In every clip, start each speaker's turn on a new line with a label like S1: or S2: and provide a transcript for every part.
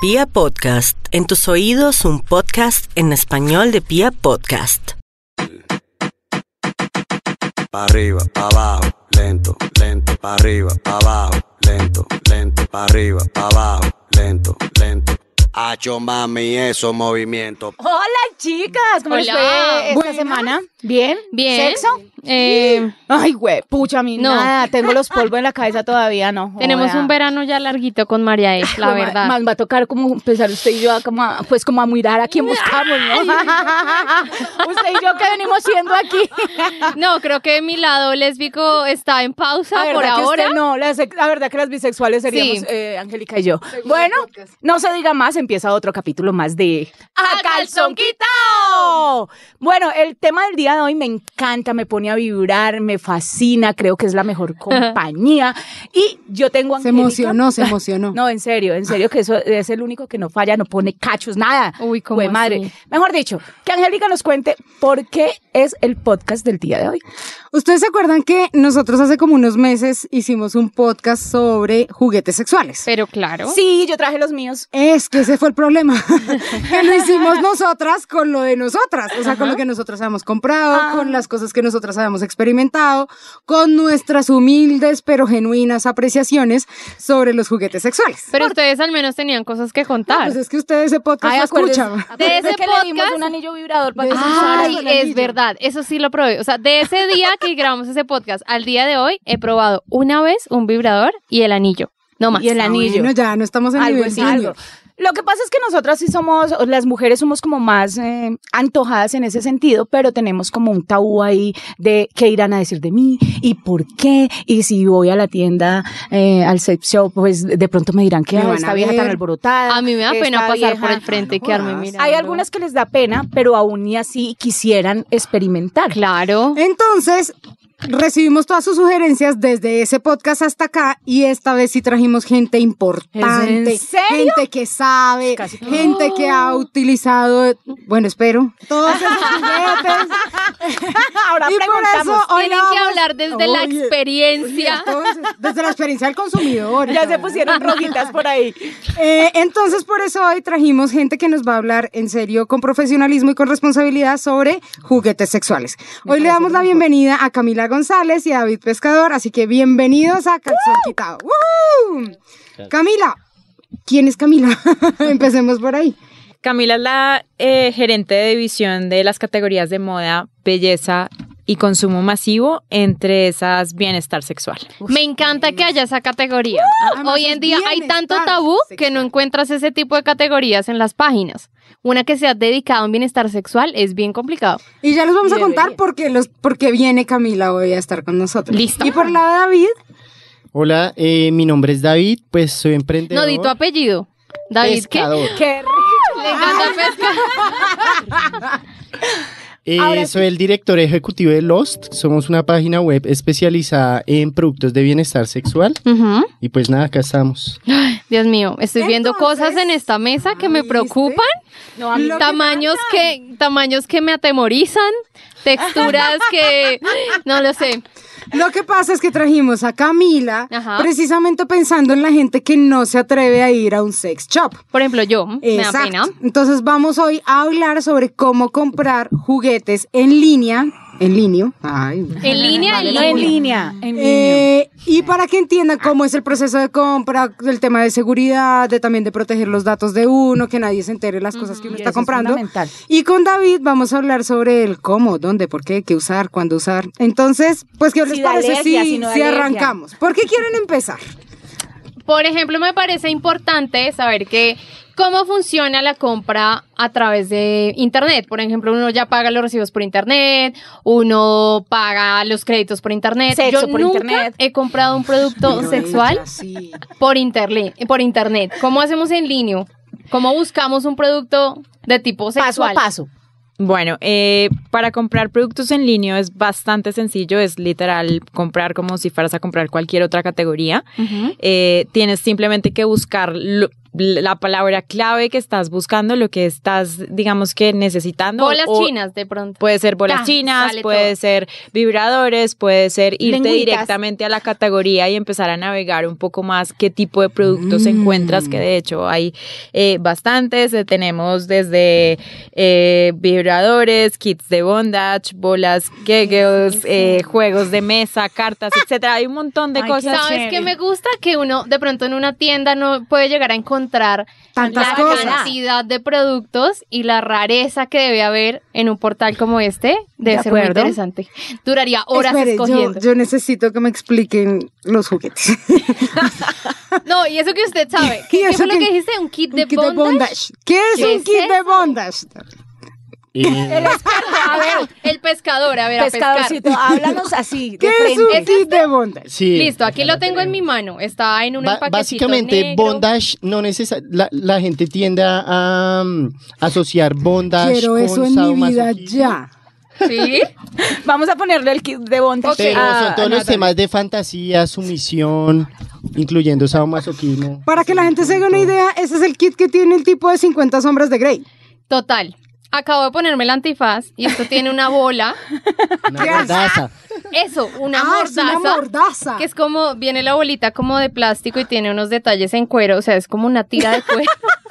S1: Pia Podcast, en tus oídos un podcast en español de Pia Podcast.
S2: Pa' arriba, pa' abajo, lento, lento, pa' arriba, pa' abajo, lento, lento, pa' arriba, pa' abajo, lento, lento. Hacho mami, esos movimientos.
S3: Hola chicas, ¿cómo les
S4: Hola.
S3: fue esta
S4: Buenas.
S3: semana? ¿Bien?
S4: Bien.
S3: ¿Sexo?
S4: Eh,
S3: Ay, güey, pucha, a mí
S4: No.
S3: nada, tengo los polvos en la cabeza todavía, no joda.
S4: tenemos un verano ya larguito con María E, la
S3: Como,
S4: verdad.
S3: Más va a tocar como empezar usted y yo a, como a- pues como a mirar a quién buscamos, ¿no? usted y yo que venimos siendo aquí.
S4: No, creo que mi lado lésbico está en pausa
S3: La
S4: por
S3: Ah, verdad que usted
S4: ahora.
S3: no, la, sex- la verdad que las bisexuales seríamos
S4: Sí.
S3: eh, Angélica y yo. Bueno, no se diga más, empieza otro capítulo más de
S4: ¡A calzón
S3: quitado! Bueno, el tema del día de hoy me encanta, me pone a vibrar, me fascina, creo que es la mejor compañía. Y yo tengo a
S5: Se
S3: Angélica-
S5: emocionó, se emocionó.
S3: No, en serio, en serio que eso es el único que no falla, no pone cachos, nada.
S4: Uy, ¿cómo
S3: Jue madre.
S4: así?
S3: Mejor dicho, que Angélica nos cuente por qué es el podcast del día de hoy.
S5: Ustedes se acuerdan que nosotros hace como unos meses hicimos un podcast sobre juguetes sexuales.
S4: Pero claro.
S3: Sí, yo traje los míos.
S5: Es que ese fue el problema. que lo hicimos nosotras con lo de nosotras. O sea, con lo que nosotras habíamos comprado,
S3: Ah.
S5: con las cosas que nosotras habíamos experimentado, con nuestras humildes pero genuinas apreciaciones sobre los juguetes sexuales.
S4: Pero ustedes al menos tenían cosas que
S5: No,
S4: contar.
S5: pues es que ustedes ese podcast lo
S3: acuérdese-
S5: escuchan.
S3: acuérdese
S4: De ese
S3: que le dimos
S4: podcast-
S3: un anillo vibrador para
S5: De
S3: que
S5: ese-
S3: se usara.
S4: Ay,
S5: con el
S4: es
S5: anillo.
S4: verdad, eso sí lo probé. O sea, de ese día que grabamos ese podcast al día de hoy, he probado una vez un vibrador y el anillo. No más.
S3: Y el anillo.
S5: Bueno, ya no estamos en
S3: algo
S5: nivel
S3: es
S5: junior.
S3: algo. Lo que pasa es que nosotras sí somos, o las mujeres somos como más eh, antojadas en ese sentido, pero tenemos como un tabú ahí de qué irán a decir de mí y por qué. Y si voy a la tienda, eh, al sex shop, pues de pronto me dirán que
S5: Me
S3: "Ay,
S5: van
S3: esta
S5: a
S3: vieja tan
S5: ver".
S3: alborotada.
S4: A mí me da
S3: esta
S4: pena pasar por
S3: vieja-
S4: el frente y
S5: no
S4: quedarme
S5: jodas.
S4: mirando.
S3: Hay algunas que les da pena, pero aún y así quisieran experimentar.
S4: Claro.
S5: Entonces, recibimos todas sus sugerencias desde ese podcast hasta acá y esta vez sí trajimos gente importante,
S3: ¿Es en serio?
S5: gente que sabe,
S3: Casi que-
S5: gente que ha utilizado, bueno, espero, todos esos juguetes.
S3: Ahora
S5: y por
S3: preguntamos.
S5: eso hoy
S4: Tienen
S5: le
S4: que
S5: vamos-
S4: hablar desde la
S5: Oye,
S4: experiencia.
S5: entonces, desde la experiencia del consumidor.
S3: Ya se
S5: cabrón.
S3: pusieron rojitas por ahí.
S5: Eh, entonces, por eso hoy trajimos gente que nos va a hablar en serio, con profesionalismo y con responsabilidad sobre juguetes sexuales. Hoy le damos la bienvenida a Camila González y a David Pescador, así que bienvenidos a Calzón Quitado. ¡Woo! Camila, ¿quién es Camila? Empecemos por ahí.
S6: Camila es la eh, gerente de división de las categorías de moda, belleza y consumo masivo, entre esas bienestar sexual.
S4: Me encanta que haya esa categoría.
S5: Además,
S4: Hoy en
S5: es
S4: día hay
S5: bienestar
S4: tanto tabú que no
S5: sexual.
S4: encuentras ese tipo de categorías en las páginas. Una que sea dedicada a un bienestar sexual es bien complicado.
S5: Y ya les vamos a
S3: Debería.
S5: contar por qué, los, por qué viene Camila hoy a estar con nosotros.
S4: Listo.
S5: Y por el lado de David,
S7: Hola, eh, mi nombre es David, pues soy emprendedor.
S4: No di tu apellido. David, ¿qué?
S7: pescador.
S3: Qué rico.
S4: Le encanta pescar.
S7: Eh, soy el director ejecutivo de Lost. Somos una página web especializada en productos de bienestar sexual.
S4: Ujú.
S7: Y pues nada, acá estamos.
S4: Dios mío, estoy viendo
S5: Entonces,
S4: cosas en esta mesa que me
S5: ¿viste?
S4: preocupan.
S3: No, a mí
S5: Lo que
S4: Tamaños que, tamaños que me atemorizan, texturas que no lo sé.
S5: Lo que pasa es que trajimos a Camila
S4: Ajá.
S5: precisamente pensando en la gente que no se atreve a ir a un sex shop.
S4: Por ejemplo, yo me da pena.
S5: Exacto. Entonces vamos hoy a hablar sobre cómo comprar juguetes en línea, en línea, ay,
S4: En línea, en
S3: No en
S4: línea.
S3: línea. En línea.
S5: eh, y para que entiendan cómo es el proceso de compra, el tema de seguridad, de también de proteger los datos de uno, que nadie se entere las cosas que uno
S3: Y
S5: está
S3: eso es
S5: comprando.
S3: fundamental.
S5: y con David vamos a hablar sobre el cómo, dónde, por qué, qué usar, cuándo usar. Entonces, pues qué les
S3: Si da
S5: parece
S3: alergia,
S5: si,
S3: si no da
S5: si
S3: alergia.
S5: arrancamos. ¿Por qué quieren empezar?
S4: Por ejemplo, me parece importante saber que cómo funciona la compra a través de internet. Por ejemplo, uno ya paga los recibos por internet, uno paga los créditos por internet.
S3: Sexo
S4: Yo
S3: por
S4: nunca
S3: internet.
S4: he comprado un producto
S5: Pero
S4: sexual
S5: ella sí.
S4: por internet, por internet. ¿Cómo hacemos en línea? ¿Cómo buscamos un producto de tipo
S3: Paso a
S4: sexual?
S3: paso.
S6: Bueno, eh, para comprar productos en línea es bastante sencillo, es literal comprar como si fueras a comprar cualquier otra categoría.
S4: Ujú.
S6: Eh, tienes simplemente que buscar lo- la palabra clave que estás buscando, lo que estás, digamos que necesitando.
S4: Bolas
S6: o-
S4: chinas de pronto.
S6: Puede ser bolas
S4: Ya,
S6: chinas,
S4: sale
S6: puede
S4: todo.
S6: ser vibradores, puede ser irte
S3: Lengüitas.
S6: directamente a la categoría y empezar a navegar un poco más qué tipo de productos
S4: Mm.
S6: encuentras, que de hecho hay eh, bastantes. Eh, Tenemos desde eh, vibradores, kits de bondage, bolas kegels, eh, juegos de mesa, cartas, etcétera. Hay un montón de
S5: Ay, qué
S6: cosas.
S4: ¿Sabes
S5: chévere.
S4: qué me gusta? Que uno de pronto en una tienda no puede llegar a encontrar
S5: Tantas
S4: la
S5: cosas.
S4: cantidad de productos y la rareza que debe haber en un portal como este. Debe
S3: De
S4: ser muy
S3: acuerdo.
S4: interesante. Duraría horas
S5: Espere, yo-
S4: escogiendo.
S5: yo necesito que me expliquen los juguetes.
S4: No, y eso que usted sabe.
S5: Y
S4: ¿Qué, qué
S5: eso
S4: fue lo
S5: que-
S4: que dijiste? ¿Un kit de
S5: Un kit
S4: bondage?
S5: ¿Qué es
S4: ¿Qué
S5: un
S4: es
S5: kit de
S4: eso?
S5: bondage?
S7: Eh,
S4: A ver, el pescador, a ver, a pescar.
S3: Pescadorcito, háblanos así, de
S5: ¿Qué es un
S3: frente.
S5: kit de bondage?
S7: sí.
S4: Listo, aquí lo tengo en mi mano. Está en un
S7: Ba-
S4: empaquetito
S7: básicamente,
S4: negro.
S7: bondage no necesita. La, la gente tiende a um, asociar bondage
S5: Quiero
S7: con
S5: eso en mi vida
S7: sadomasoquismo,
S5: ya.
S4: Sí.
S3: Vamos a ponerle el kit de Ah, bondage.
S7: Pero
S4: Ah,
S3: a-
S7: son
S3: a
S7: todos los
S3: Natalia.
S7: temas de fantasía, sumisión, incluyendo sadomasoquismo.
S5: Para que la gente se haga una idea, ese es el kit que tiene el tipo de 50 sombras de Grey.
S4: Total. Acabo de ponerme el antifaz y esto tiene una bola.
S7: Una mordaza.
S4: Eso, una,
S5: Ah, es
S4: mordaza,
S5: una mordaza.
S4: Que es como, viene la bolita como de plástico y tiene unos detalles en cuero. O sea, es como una tira de cuero.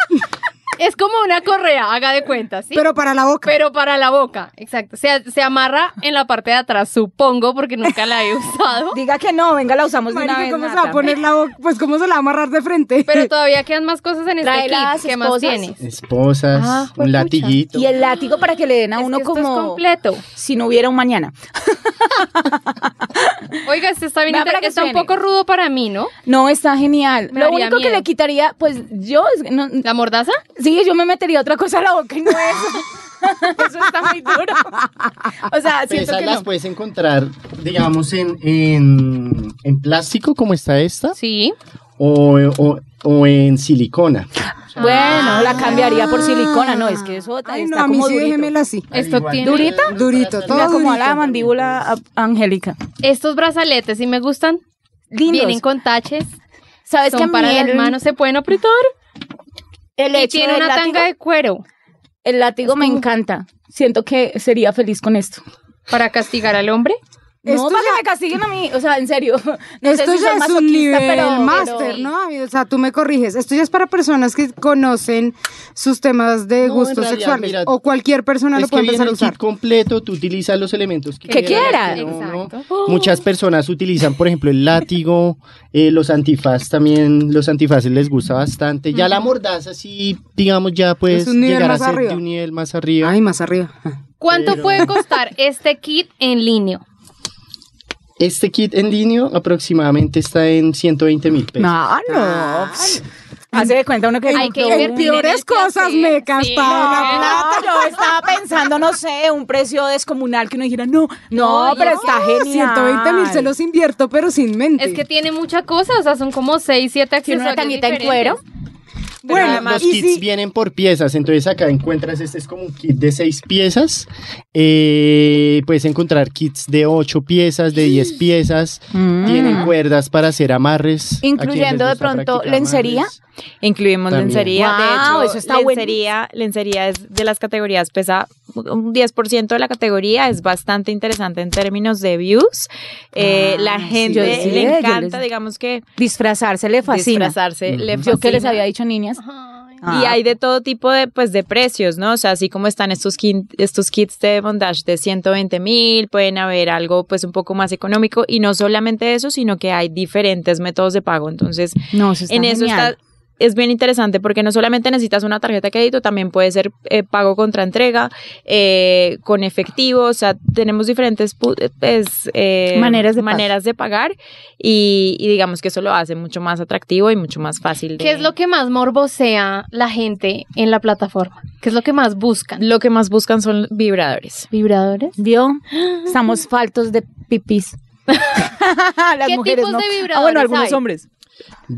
S4: es como una correa, haga de cuenta, ¿sí?
S5: Pero para la boca.
S4: Pero para la boca, exacto. Se, se amarra en la parte de atrás, supongo, porque nunca la he usado.
S3: Diga que no, venga, la usamos Pues de una
S5: Marica,
S3: vez.
S5: ¿cómo se va
S3: Nata.
S5: a poner la boca? Pues, ¿cómo se la va a amarrar de frente?
S4: Pero todavía quedan más cosas en este
S3: Trae
S4: kit.
S3: las
S4: ¿Qué más
S3: esposas.
S4: tienes?
S7: Esposas,
S4: Ah,
S7: un
S4: juepucha.
S7: latiguito.
S3: Y el látigo para que le den a
S4: Es
S3: uno
S4: que esto es
S3: como
S4: completo.
S3: si no hubiera un mañana.
S4: Oiga, este está bien
S3: Vea para
S4: inter-
S3: que
S4: está un
S3: suene.
S4: poco rudo para mí, ¿no?
S3: No, está genial.
S4: Me
S3: Lo
S4: daría
S3: único que
S4: miedo.
S3: le quitaría, pues yo, es que no-
S4: ¿La mordaza?
S3: sí, yo me metería otra cosa a la boca y no eso. eso está muy duro. O sea,
S7: Pero
S3: siento
S7: esas
S3: que
S7: las
S3: no.
S7: puedes encontrar, digamos, en, en, en plástico, como está esta,
S4: Sí.
S7: o, o- o en silicona.
S3: Bueno, la cambiaría por silicona, no, es que eso
S5: Ay,
S3: está
S5: no, a mí
S3: como
S5: sí
S3: durito.
S5: déjemela así.
S4: Esto
S7: igual.
S4: tiene...
S3: ¿Durita?
S5: Durito, todo
S3: Me acomoda
S5: durito.
S3: la mandíbula a- angélica.
S4: Estos brazaletes, ¿sí me gustan?
S3: Lindos.
S4: Vienen con taches.
S3: ¿Sabes
S4: son
S3: que a mí
S4: para las
S3: el,
S4: manos, se pueden apretar.
S3: el
S4: Y
S3: hecho
S4: tiene
S3: del
S4: una
S3: látigo,
S4: tanga de cuero
S3: el látigo me encanta. Siento que sería feliz con esto.
S4: para castigar al hombre.
S5: Esto
S3: no, para
S5: ya-
S3: que me castiguen a mí, o sea, en serio. No sé
S5: Esto
S3: si
S5: ya
S3: soy
S5: es un
S3: masoquista, pero-
S5: nivel máster,
S3: pero-
S5: ¿no? O sea, tú me corriges. Esto ya es para personas que conocen sus temas de
S7: No, en
S5: gustos
S7: realidad,
S5: sexuales.
S7: mira,
S5: o cualquier persona Ah, lo
S7: es que
S5: puede
S7: viene
S5: empezar a
S7: el
S5: usar.
S7: kit completo, tú utilizas los elementos que,
S3: Que quiera.
S7: que uno-
S4: Exacto.
S5: Oh.
S7: Muchas personas utilizan, por ejemplo, el látigo, eh, los antifaz también, los antifaces les gusta bastante. Ya la mordaza, sí, digamos, ya pues
S5: Es un nivel
S7: llegar a
S5: más
S7: ser
S5: arriba.
S7: de un nivel más arriba.
S5: Ay, más arriba. Ah.
S4: ¿Cuánto
S7: Pero-
S4: puede costar este kit en línea?
S7: Este kit en línea aproximadamente está en 120 mil pesos.
S3: No, no. pss. Hace de cuenta uno que
S4: Hay que
S3: compró
S4: invertir
S5: En
S3: un-
S5: peores cosas
S4: placer.
S5: me he
S4: Sí.
S5: gastado la plata.
S3: No, yo estaba pensando, no sé, un precio descomunal que uno dijera, no, no,
S4: No,
S3: pero
S4: y
S3: está
S5: Ah,
S3: genial.
S5: 120 mil se los invierto, pero sin mente.
S4: Es que tiene mucha cosa, o sea, son como 6, 7
S3: Tiene
S4: accesorios.
S3: una tanguita en
S4: diferentes.
S3: cuero.
S5: bueno,
S7: Los
S5: y
S7: kits
S5: si-
S7: vienen por piezas, entonces acá encuentras, este es como un kit de seis piezas, eh, puedes encontrar kits de ocho piezas, de 10 piezas, tienen cuerdas para hacer amarres. a quienes
S3: Mm. Incluyendo de
S7: gusta
S3: pronto
S7: practicar
S3: lencería.
S7: amarres.
S6: Incluimos
S7: También.
S6: lencería. de
S3: Wow,
S6: hecho,
S3: eso está
S6: lencería, lencería es de las categorías, pesa un 10% de la categoría, es bastante interesante en términos de views. Eh,
S5: Ah,
S6: la
S5: sí,
S6: gente
S3: yo sí, yo
S6: le encanta,
S3: les-
S6: digamos que
S3: Disfrazarse le fascina.
S6: disfrazarse. le
S3: Yo que les
S6: fascina.
S3: había dicho, niñas.
S4: Ay.
S3: Ah.
S6: Y hay de todo tipo de, pues, de precios, ¿no? O sea, así como están estos, kin- estos kits de bondage de 120 mil, pueden haber algo, pues, un poco más económico. Y no solamente eso, sino que hay diferentes métodos de pago. Entonces,
S3: No, eso está
S6: en eso
S3: genial.
S6: está... Es bien interesante porque no solamente necesitas una tarjeta de crédito, también puede ser eh, pago contra entrega, eh, con efectivo, o sea, tenemos diferentes pu- eh, pues, eh,
S3: Maneras de pago.
S6: maneras de pagar y, y digamos que eso lo hace mucho más atractivo y mucho más fácil.
S4: ¿Qué es
S6: que
S4: lo que más morbosea la gente en la plataforma? ¿Qué es lo que más buscan?
S6: lo que más buscan son vibradores.
S4: ¿Vibradores?
S3: ¿Vio? Estamos faltos de pipis. Las
S4: ¿Qué
S3: mujeres
S4: tipos
S3: no.
S4: de
S3: Ah, bueno,
S4: vibradores
S3: algunos
S4: hay?
S3: hombres.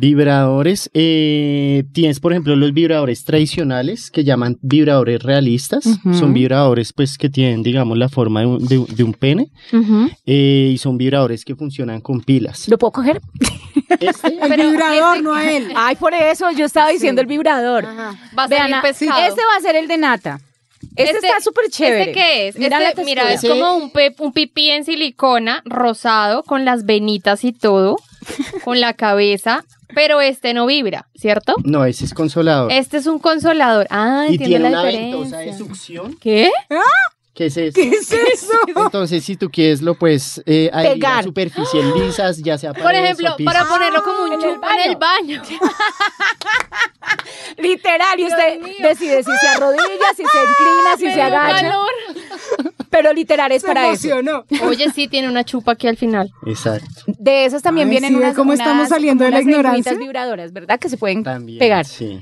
S7: Vibradores. eh, tienes, por ejemplo, los vibradores tradicionales que llaman vibradores realistas.
S5: Ujú.
S7: Son vibradores, pues, que tienen, digamos, la forma de un, de un- de un pene. eh, y son vibradores que funcionan con pilas.
S3: ¿Lo puedo coger?
S7: Este,
S5: El
S4: Pero
S5: vibrador,
S4: ese-
S5: no a él.
S3: Ay, por eso yo estaba diciendo
S5: Sí.
S3: el vibrador.
S4: Va a
S3: Vean,
S4: salir
S3: ah, sí,
S4: pescado.
S3: Este va a ser el de nata. Este,
S4: Este-
S3: está súper chévere.
S4: ¿Este qué es?
S3: Mira
S4: Mira,
S3: la
S4: mira es
S3: textura.
S4: como un, pe- un pipí en silicona, rosado, con las venitas y todo, con la cabeza, pero este no vibra, ¿cierto?
S7: no, ese es consolador.
S4: Este es un consolador. Ah,
S7: y
S4: entiendo
S7: tiene
S4: la
S7: una
S4: diferencia.
S7: ventosa de succión.
S4: ¿Qué?
S7: que es esto.
S5: ¿Qué es eso?
S7: Entonces, si tú quieres, lo puedes eh, ahí
S3: Pegar.
S7: a superficies lisas, ya sea
S4: Por ejemplo, para ponerlo como un chupa Ah, en el baño.
S3: Literal, y usted
S4: mío.
S3: decide si se arrodilla, si se inclina, si
S4: Me
S3: se
S4: dio
S3: agacha.
S4: calor.
S3: Pero literal es
S5: Se
S3: para eso.
S5: emocionó.
S4: Oye, sí, tiene una chupa aquí al final.
S7: Exacto.
S3: De esas también
S5: Ay,
S3: vienen
S5: sí, ¿ve
S3: unas,
S5: cómo estamos
S3: unas-
S5: saliendo
S3: como
S5: de la
S3: unas lengüitas
S5: ignorancia?
S3: vibradoras, ¿verdad? Que se pueden
S7: También.
S3: pegar.
S7: Sí.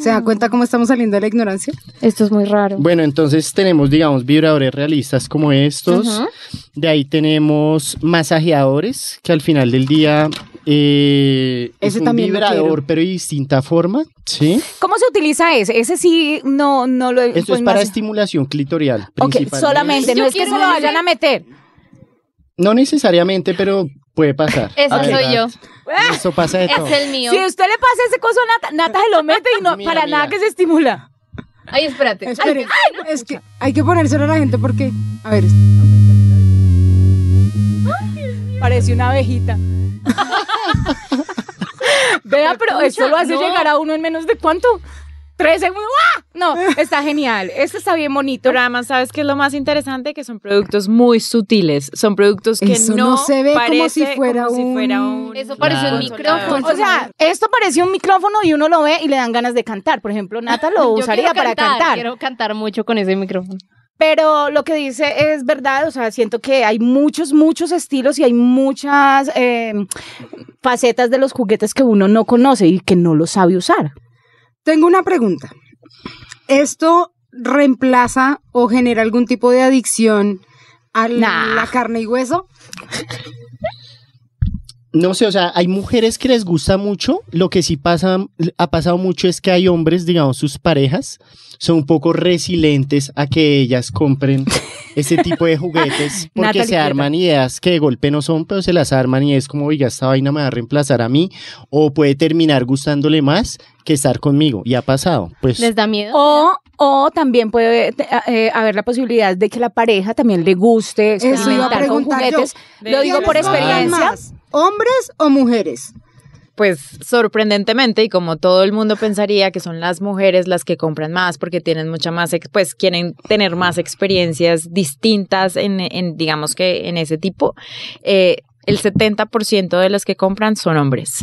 S5: ¿Se da cuenta cómo estamos saliendo de la ignorancia?
S4: Mm, Esto es muy raro.
S7: Bueno, entonces tenemos, digamos, vibradores realistas como estos.
S4: Ujú.
S7: De ahí tenemos masajeadores, que al final del día eh,
S5: Ese
S7: es un
S5: también lo
S7: vibrador,
S5: quiero.
S7: pero de distinta forma. Sí.
S3: ¿Cómo se utiliza ese? Ese sí no, no lo he
S7: Esto
S3: pues,
S7: es para
S3: más-
S7: estimulación clitorial.
S3: Ok,
S7: principalmente.
S3: solamente, no
S4: Yo
S3: es que se
S4: quiero
S3: lo
S4: ese.
S3: vayan a meter.
S7: No necesariamente, pero puede pasar.
S4: Esa
S7: La
S4: soy yo.
S7: verdad, Eso pasa de todo.
S4: Es el mío.
S3: Si usted le pasa ese coso a Nata, Nata se lo mete y no,
S7: Mira,
S3: para nada
S7: mira.
S3: que se estimula.
S4: Ay, espérate.
S5: Esperen, es que hay que ponérselo a la gente porque... A ver,
S3: Parece una abejita. Vea, pero esto lo hace
S4: no.
S3: llegar a uno en menos de cuánto? Tres segundos. ¡Ah! No, está genial. Este está bien bonito.
S6: Pero además, ¿sabes qué es lo más interesante? Que son productos muy sutiles. Son productos que
S5: Eso
S6: no,
S5: no se ve como
S6: parece
S5: si fuera
S6: como si
S5: un-
S6: fuera un-
S4: Eso pareció un
S7: Claro.
S4: micrófono.
S3: O sea, esto parece un micrófono y uno lo ve y le dan ganas de cantar. Por ejemplo, Nata lo
S4: Yo
S3: usaría
S4: quiero
S3: para cantar.
S4: Quiero cantar mucho con ese micrófono.
S3: Pero lo que dice es verdad, o sea, siento que hay muchos, muchos estilos y hay muchas eh, facetas de los juguetes que uno no conoce y que no lo sabe usar.
S5: tengo una pregunta. ¿Esto reemplaza o genera algún tipo de adicción a la,
S3: Nah.
S5: la carne y hueso?
S7: No sé, o sea, hay mujeres que les gusta mucho. Lo que sí pasa, ha pasado mucho es que hay hombres, digamos, sus parejas son un poco resilientes a que ellas compren ese tipo de juguetes porque
S3: Natalie
S7: se arman ideas que de golpe no son, pero se las arman y es como, oiga, esta vaina me va a reemplazar a mí o puede terminar gustándole más que estar conmigo. Y ha pasado, pues.
S4: ¿Les da miedo?
S3: O, o también puede te- a- eh, haber la posibilidad de que la pareja también le guste
S5: Eso iba a
S3: experimentar con
S5: preguntar yo.
S3: juguetes. Lo digo por
S5: ¿Quiénes compran
S3: experiencia.
S5: más, ¿Hombres o mujeres?
S6: pues sorprendentemente y como todo el mundo pensaría que son las mujeres las que compran más porque tienen mucha más, ex- pues quieren tener más experiencias distintas en, en, digamos que en ese tipo, eh, el 70% de las que compran son hombres.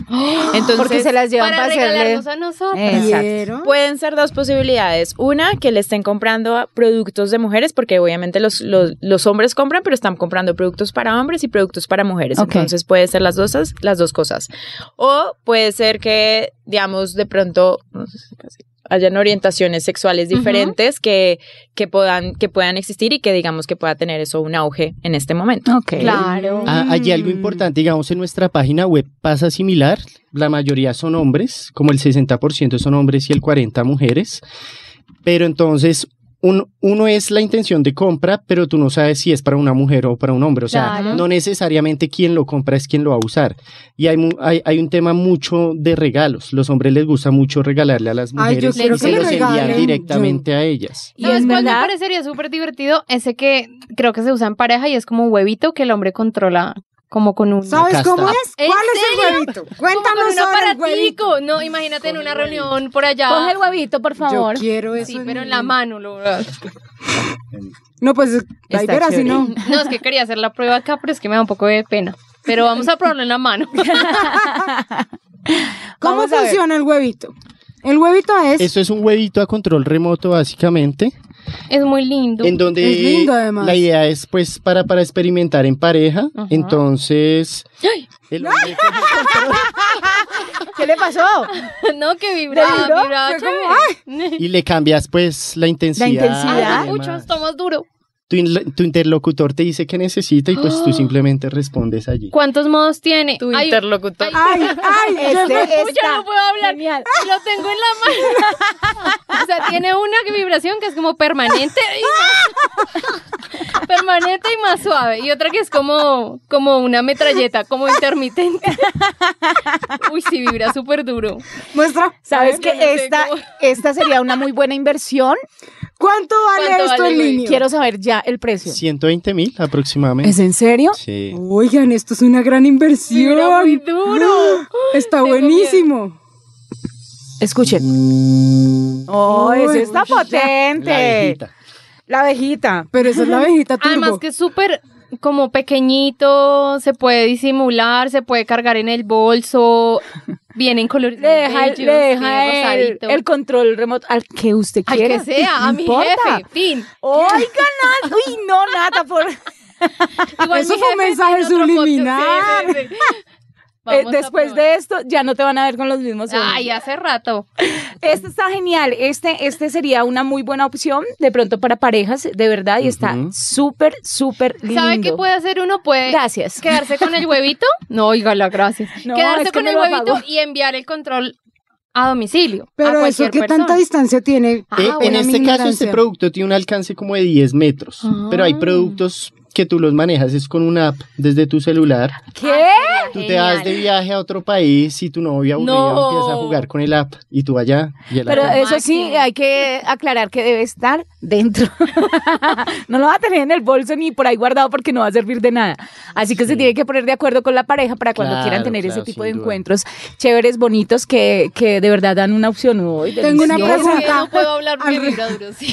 S6: Entonces,
S3: Porque se las llevan para,
S4: para
S3: hacerle.
S4: regalarnos a nosotros.
S3: Eh. Exacto.
S5: ¿Vieron?
S6: Pueden ser dos posibilidades. Una, que le estén comprando productos de mujeres, porque obviamente los, los, los hombres compran, pero están comprando productos para hombres y productos para mujeres.
S3: Ok.
S6: Entonces puede ser las dos, las dos cosas. O puede ser que, digamos, de pronto no sé si casi, hayan orientaciones sexuales diferentes que, que, puedan, que puedan existir y que digamos que pueda tener eso un auge en este momento.
S3: Ok.
S4: Claro.
S7: Ah, allí
S5: Mm.
S7: algo importante, digamos, en nuestra página web pasa similar. La mayoría son hombres, como el 60% son hombres y el 40% mujeres. Pero entonces, un- uno es la intención de compra, pero tú no sabes si es para una mujer o para un hombre. O sea,
S4: Claro.
S7: no necesariamente quien lo compra es quien lo va a usar. Y hay, mu- hay, hay un tema mucho de regalos. Los hombres les gusta mucho regalarle a las
S5: Ay, yo
S7: mujeres
S4: quiero
S7: y
S4: que
S7: se
S4: me
S7: los envían
S5: regalen.
S7: directamente a ellas.
S3: Y
S4: ¿Sabes
S3: en
S4: cuál me
S3: verdad,
S4: parecería súper divertido? Ese que creo que se usa en pareja y es como un huevito que el hombre controla como con un...
S7: Acá
S5: ¿Sabes
S7: está.
S5: cómo es?
S4: ¿En
S5: ¿Cuál es el huevito?
S4: Como con
S5: Cuéntanos
S4: un
S5: sobre el huevito.
S4: aparatico. No, imagínate en una reunión por allá.
S3: coge el huevito, por favor.
S5: Yo quiero eso.
S4: Sí,
S5: en
S4: pero
S5: mi
S4: en la
S5: vida.
S4: mano. Lo... No,
S5: No, pues, ahí
S6: Está
S5: verás, si
S6: chévere.
S5: no.
S4: es que quería hacer la prueba acá, pero es que me da un poco de pena. Pero vamos a probarlo en la mano.
S5: ¿Cómo
S3: Vamos a ver.
S5: funciona el huevito? El huevito es...
S7: Esto es un huevito a control remoto, básicamente.
S4: Es muy lindo.
S7: En donde
S5: Es lindo, además.
S7: la idea es pues para, para experimentar en pareja. Entonces, el hombre coge-
S3: ¿Qué le pasó?
S4: no, que vibraba,
S3: ¿Te vibró?
S4: vibraba
S5: Fue como,
S4: chévere.
S7: y le cambias pues la intensidad.
S3: intensidad.
S7: y
S3: ya.
S4: Ay, mucho,
S7: demás.
S4: está más duro.
S7: tu, inl- tu interlocutor te dice qué necesita y pues tú simplemente respondes allí.
S4: ¿Cuántos modos tiene?
S6: Tu
S4: Ay,
S6: interlocutor.
S5: Ay, ay, yo
S3: Este
S5: no-
S4: Uy,
S3: está
S4: yo no puedo hablar.
S3: genial.
S4: Lo tengo en la mano. O sea, tiene una vibración que es como permanente y más, permanente y más suave. Y otra que es como, como una metralleta, como intermitente. Uy, sí, vibra súper duro.
S5: muestra.
S3: ¿Sabes
S4: Yo
S3: que
S4: no sé
S3: esta,
S4: cómo-
S3: esta sería una muy buena inversión?
S5: ¿Cuánto vale
S4: ¿Cuánto
S5: esto
S4: vale,
S5: en
S4: Luis?
S5: línea?
S3: Quiero saber ya el precio.
S7: 120 mil aproximadamente.
S3: ¿Es en serio?
S7: Sí.
S5: Oigan, esto es una gran inversión.
S4: Vibra muy duro.
S5: Está
S4: Tengo
S5: buenísimo.
S3: Escuchen. Oh, eso está potente.
S7: La abejita.
S3: La abejita.
S5: Pero esa es la abejita turbo.
S4: Además que es súper como pequeñito, se puede disimular, se puede cargar en el bolso, viene en color
S3: Le deja, el, le deja el,
S4: rosadito.
S3: el control remoto al que usted
S4: Al
S3: quiera.
S4: que sea,
S3: No
S4: a mi
S3: importa.
S4: jefe, fin.
S3: Oiga, nada. Uy, no, nada. Por...
S4: Igual
S5: Eso
S4: mi
S5: fue un
S4: jefe
S5: mensaje
S4: tiene otro
S5: subliminal.
S4: podcast. Sí, sí, sí.
S3: Eh,
S4: Vamos a
S3: después
S4: probar.
S3: de esto, ya no te van a ver con los mismos ojos.
S4: Ay, hace rato.
S3: Este está genial. Este, este sería una muy buena opción de pronto para parejas, de verdad. Y está
S7: Ujú.
S3: súper, súper lindo.
S4: ¿Sabe qué puede hacer uno? Puede
S3: Gracias.
S4: quedarse con el huevito. No, oígala, gracias.
S3: No,
S4: quedarse
S3: es que
S4: con
S3: me
S4: el
S3: lo
S4: huevito
S3: apagó.
S4: y enviar el control a domicilio. a
S5: Pero eso,
S4: cualquier
S5: ¿qué
S4: persona.
S5: tanta distancia tiene?
S4: Ah,
S7: Eh, en
S5: bueno, mi
S7: este caso, este
S5: ignorancia.
S7: producto tiene un alcance como de 10 metros,
S4: Ah.
S7: pero hay productos que tú los manejas es con una app desde tu celular.
S4: Ah,
S3: ¿Qué?
S7: Tú te
S4: Genial.
S7: vas de viaje a otro país y tu novia aburrida
S4: No. eh,
S7: empieza a jugar con el app y tú allá y el
S3: Pero
S7: acá.
S3: eso sí,
S4: máximo.
S3: hay que aclarar que debe estar dentro. no lo va a tener en el bolso ni por ahí guardado porque no va a servir de nada. Así que se tiene que poner de acuerdo con la pareja para cuando quieran
S7: Claro,
S3: tener
S7: claro,
S3: ese tipo de
S7: sin duda.
S3: encuentros chéveres, bonitos, que, que de verdad dan una opción. Uy,
S5: Tengo una
S4: No,
S3: delicioso.
S4: es que
S5: pregunta.
S4: no puedo hablar porque
S5: Al re-
S4: vibra duro, sí.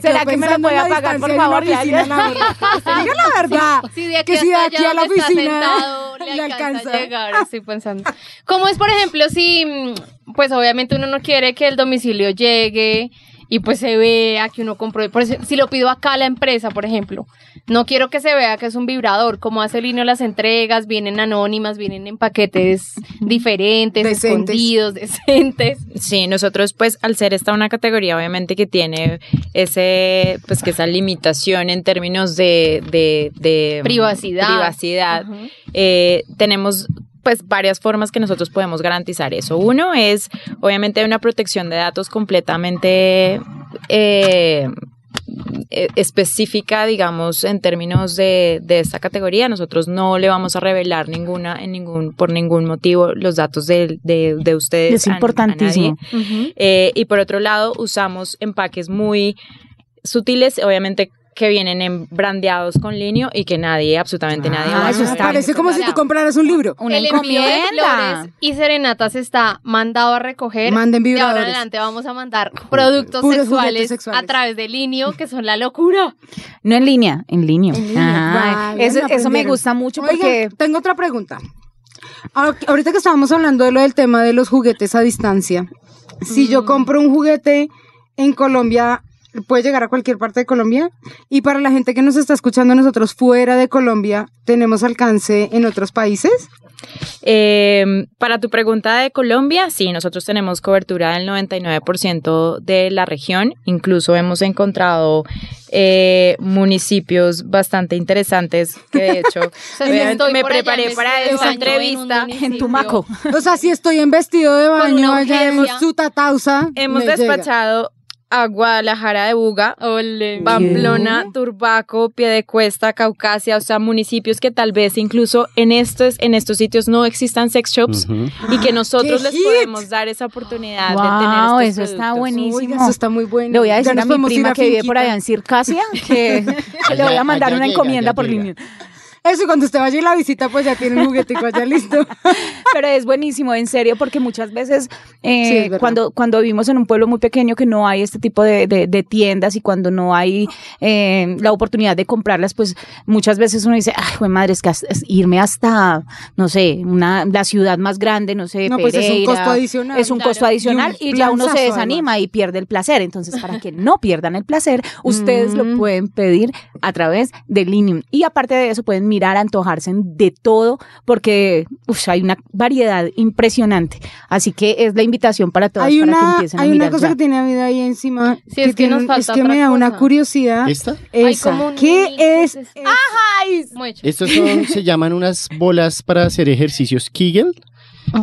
S3: ¿Será
S5: quedó
S3: que me la
S5: pensando en
S3: puede
S5: la
S3: apagar, por
S5: distancia de una
S3: favor? Ya,
S5: oficina
S3: ya.
S5: a la otra. Diga la verdad.
S4: Sí, de aquí
S5: que si de
S4: hasta
S5: aquí
S4: allá
S5: a la
S4: donde está
S5: oficina
S4: sentado, le,
S5: le
S4: alcanza,
S5: alcanza.
S4: a llegar, estoy pensando. ¿Cómo es, por ejemplo, si, mm, pues obviamente uno no quiere que el domicilio llegue y pues se vea que uno compró, por eso, si lo pido acá a la empresa, por ejemplo, no quiero que se vea que es un vibrador, como hace Lino las entregas, vienen anónimas, vienen en paquetes diferentes,
S5: Decentes.
S4: escondidos, decentes.
S6: Sí, nosotros pues al ser esta una categoría obviamente que tiene ese, pues que esa limitación en términos de, de,
S3: Em,
S6: de mm,
S4: Privacidad.
S6: privacidad,
S4: Ajá.
S6: eh, tenemos pues varias formas que nosotros podemos garantizar eso. Uno es obviamente una protección de datos completamente eh, eh, específica, digamos, en términos de, de esta categoría. Nosotros no le vamos a revelar ninguna, en ningún, por ningún motivo, los datos de, de- de ustedes.
S3: Es
S6: a- a nadie.
S3: importantísimo.
S6: Eh, y por otro lado, usamos empaques muy sutiles, obviamente que vienen en brandeados con linio y que nadie, absolutamente nadie
S3: Ah,
S6: va a
S3: eso
S6: notar.
S3: está
S5: Parece como si tú
S4: Claro.
S5: compraras un libro.
S3: Una
S4: el envío de
S3: encomienda.
S4: flores y serenatas está mandado a recoger.
S5: Manden
S4: De ahora en
S5: vibradores.
S4: adelante vamos a mandar productos
S5: Puros
S4: sexuales,
S5: juguetes sexuales.
S4: a través de Linio, que son la locura.
S3: No en línea, en línea. Ah,
S5: Vale,
S3: eso, eso
S5: me
S3: me
S5: aprendieron.
S3: gusta mucho
S5: Oigan,
S3: porque...
S5: tengo otra pregunta. Ahor- Ahorita que estábamos hablando de lo del tema de los juguetes a distancia, si
S3: Mm.
S5: yo compro un juguete en Colombia, puede llegar a cualquier parte de Colombia. Y para la gente que nos está escuchando nosotros fuera de Colombia, tenemos alcance en otros países.
S6: Eh, para tu pregunta de Colombia, sí, nosotros tenemos cobertura del 99% de la región. Incluso hemos encontrado eh, municipios bastante interesantes que de hecho
S4: O sea, si
S6: obviamente,
S4: estoy
S6: me
S4: por allá,
S6: preparé
S4: me
S6: para
S4: estoy
S6: esta
S4: baño en un
S6: entrevista.
S4: municipio.
S3: En Tumaco.
S5: O sea, si estoy en vestido de
S4: Con
S5: baño
S4: una
S5: allá en
S4: urgencia.
S5: Sutatausa,
S6: Hemos
S5: me llega.
S6: despachado a Guadalajara de Buga,
S4: Ole.
S6: Pamplona, Turbaco, Piedecuesta, Caucasia, o sea, municipios que tal vez incluso en estos, en estos sitios no existan sex shops
S7: Ujú.
S6: y que nosotros
S5: ¡Qué
S6: les
S5: hit!
S6: podemos dar esa oportunidad de tener
S3: Guau,
S6: estos
S3: eso está
S6: productos.
S3: buenísimo.
S5: Oiga, eso está muy bueno.
S3: Le voy a
S5: Ya
S3: decir
S5: nos
S3: a mi
S5: podemos ir
S3: prima
S5: a
S3: que vive por
S5: finquita.
S3: allá en Circasia que que le voy a
S7: Allá-
S3: mandar
S7: allá
S3: una
S7: llega,
S3: encomienda
S7: allá
S3: por
S7: llega.
S3: línea.
S5: Eso, cuando usted vaya y la visita, pues ya tiene un juguetico allá listo.
S3: Pero es buenísimo, en serio, porque muchas veces eh,
S5: Sí, es verdad.
S3: cuando, cuando vivimos en un pueblo muy pequeño que no hay este tipo de, de- de tiendas y cuando no hay eh, la oportunidad de comprarlas, pues muchas veces uno dice, ay, güey, madre, es que hasta- es irme hasta, no sé, una, la ciudad más grande, no sé,
S5: No, pues es un
S3: Pereira,
S5: costo adicional.
S3: Es un costo
S5: Claro. Y un
S3: adicional y, ya uno se
S5: planazo,
S3: desanima y pierde el placer. Entonces, para que no pierdan el placer, ustedes lo
S5: Mm.
S3: pueden pedir a través de Linium. Y aparte de eso, pueden admirar, antojarse de todo, porque uf, hay una variedad impresionante. Así que es la invitación para todos
S5: Hay
S3: para que
S5: una,
S3: empiecen a
S5: hay una
S3: mirar
S5: cosa
S3: ya.
S5: que tiene David ahí encima.
S4: Mm, Sí, es que
S5: tiene
S4: nos
S5: un-
S4: falta
S5: Es que
S4: otra
S5: me da una
S4: cosa.
S5: curiosidad.
S7: ¿Esta?
S4: Hay
S5: esa.
S4: como un ¡Ah,
S5: ¿Qué es?
S4: niñito, es- Muy hecho.
S7: Estos son, se llaman unas bolas para hacer ejercicios Kegel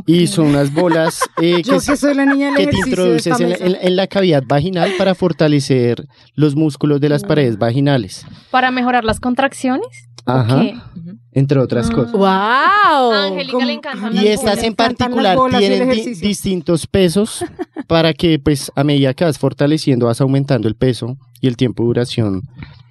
S7: y son unas bolas eh,
S5: Yo
S7: que,
S5: que soy la niña del
S7: que te
S5: ejercicio de esta
S7: introduces en la,
S5: mesa.
S7: en- en la cavidad vaginal para fortalecer los músculos de las
S4: Ah.
S7: paredes vaginales,
S4: Para mejorar las contracciones.
S7: Ajá.
S4: ¿Qué?
S7: entre otras
S4: Ah.
S7: cosas.
S6: ¡Wow!
S4: A Angélica
S5: ¿Cómo?
S4: le encantan las
S7: Y estas
S4: bolas.
S7: en
S5: encantan las
S7: particular
S5: bolas y el
S7: tienen di-
S5: ejercicio.
S7: distintos pesos para que pues a medida que vas fortaleciendo vas aumentando el peso y el tiempo de duración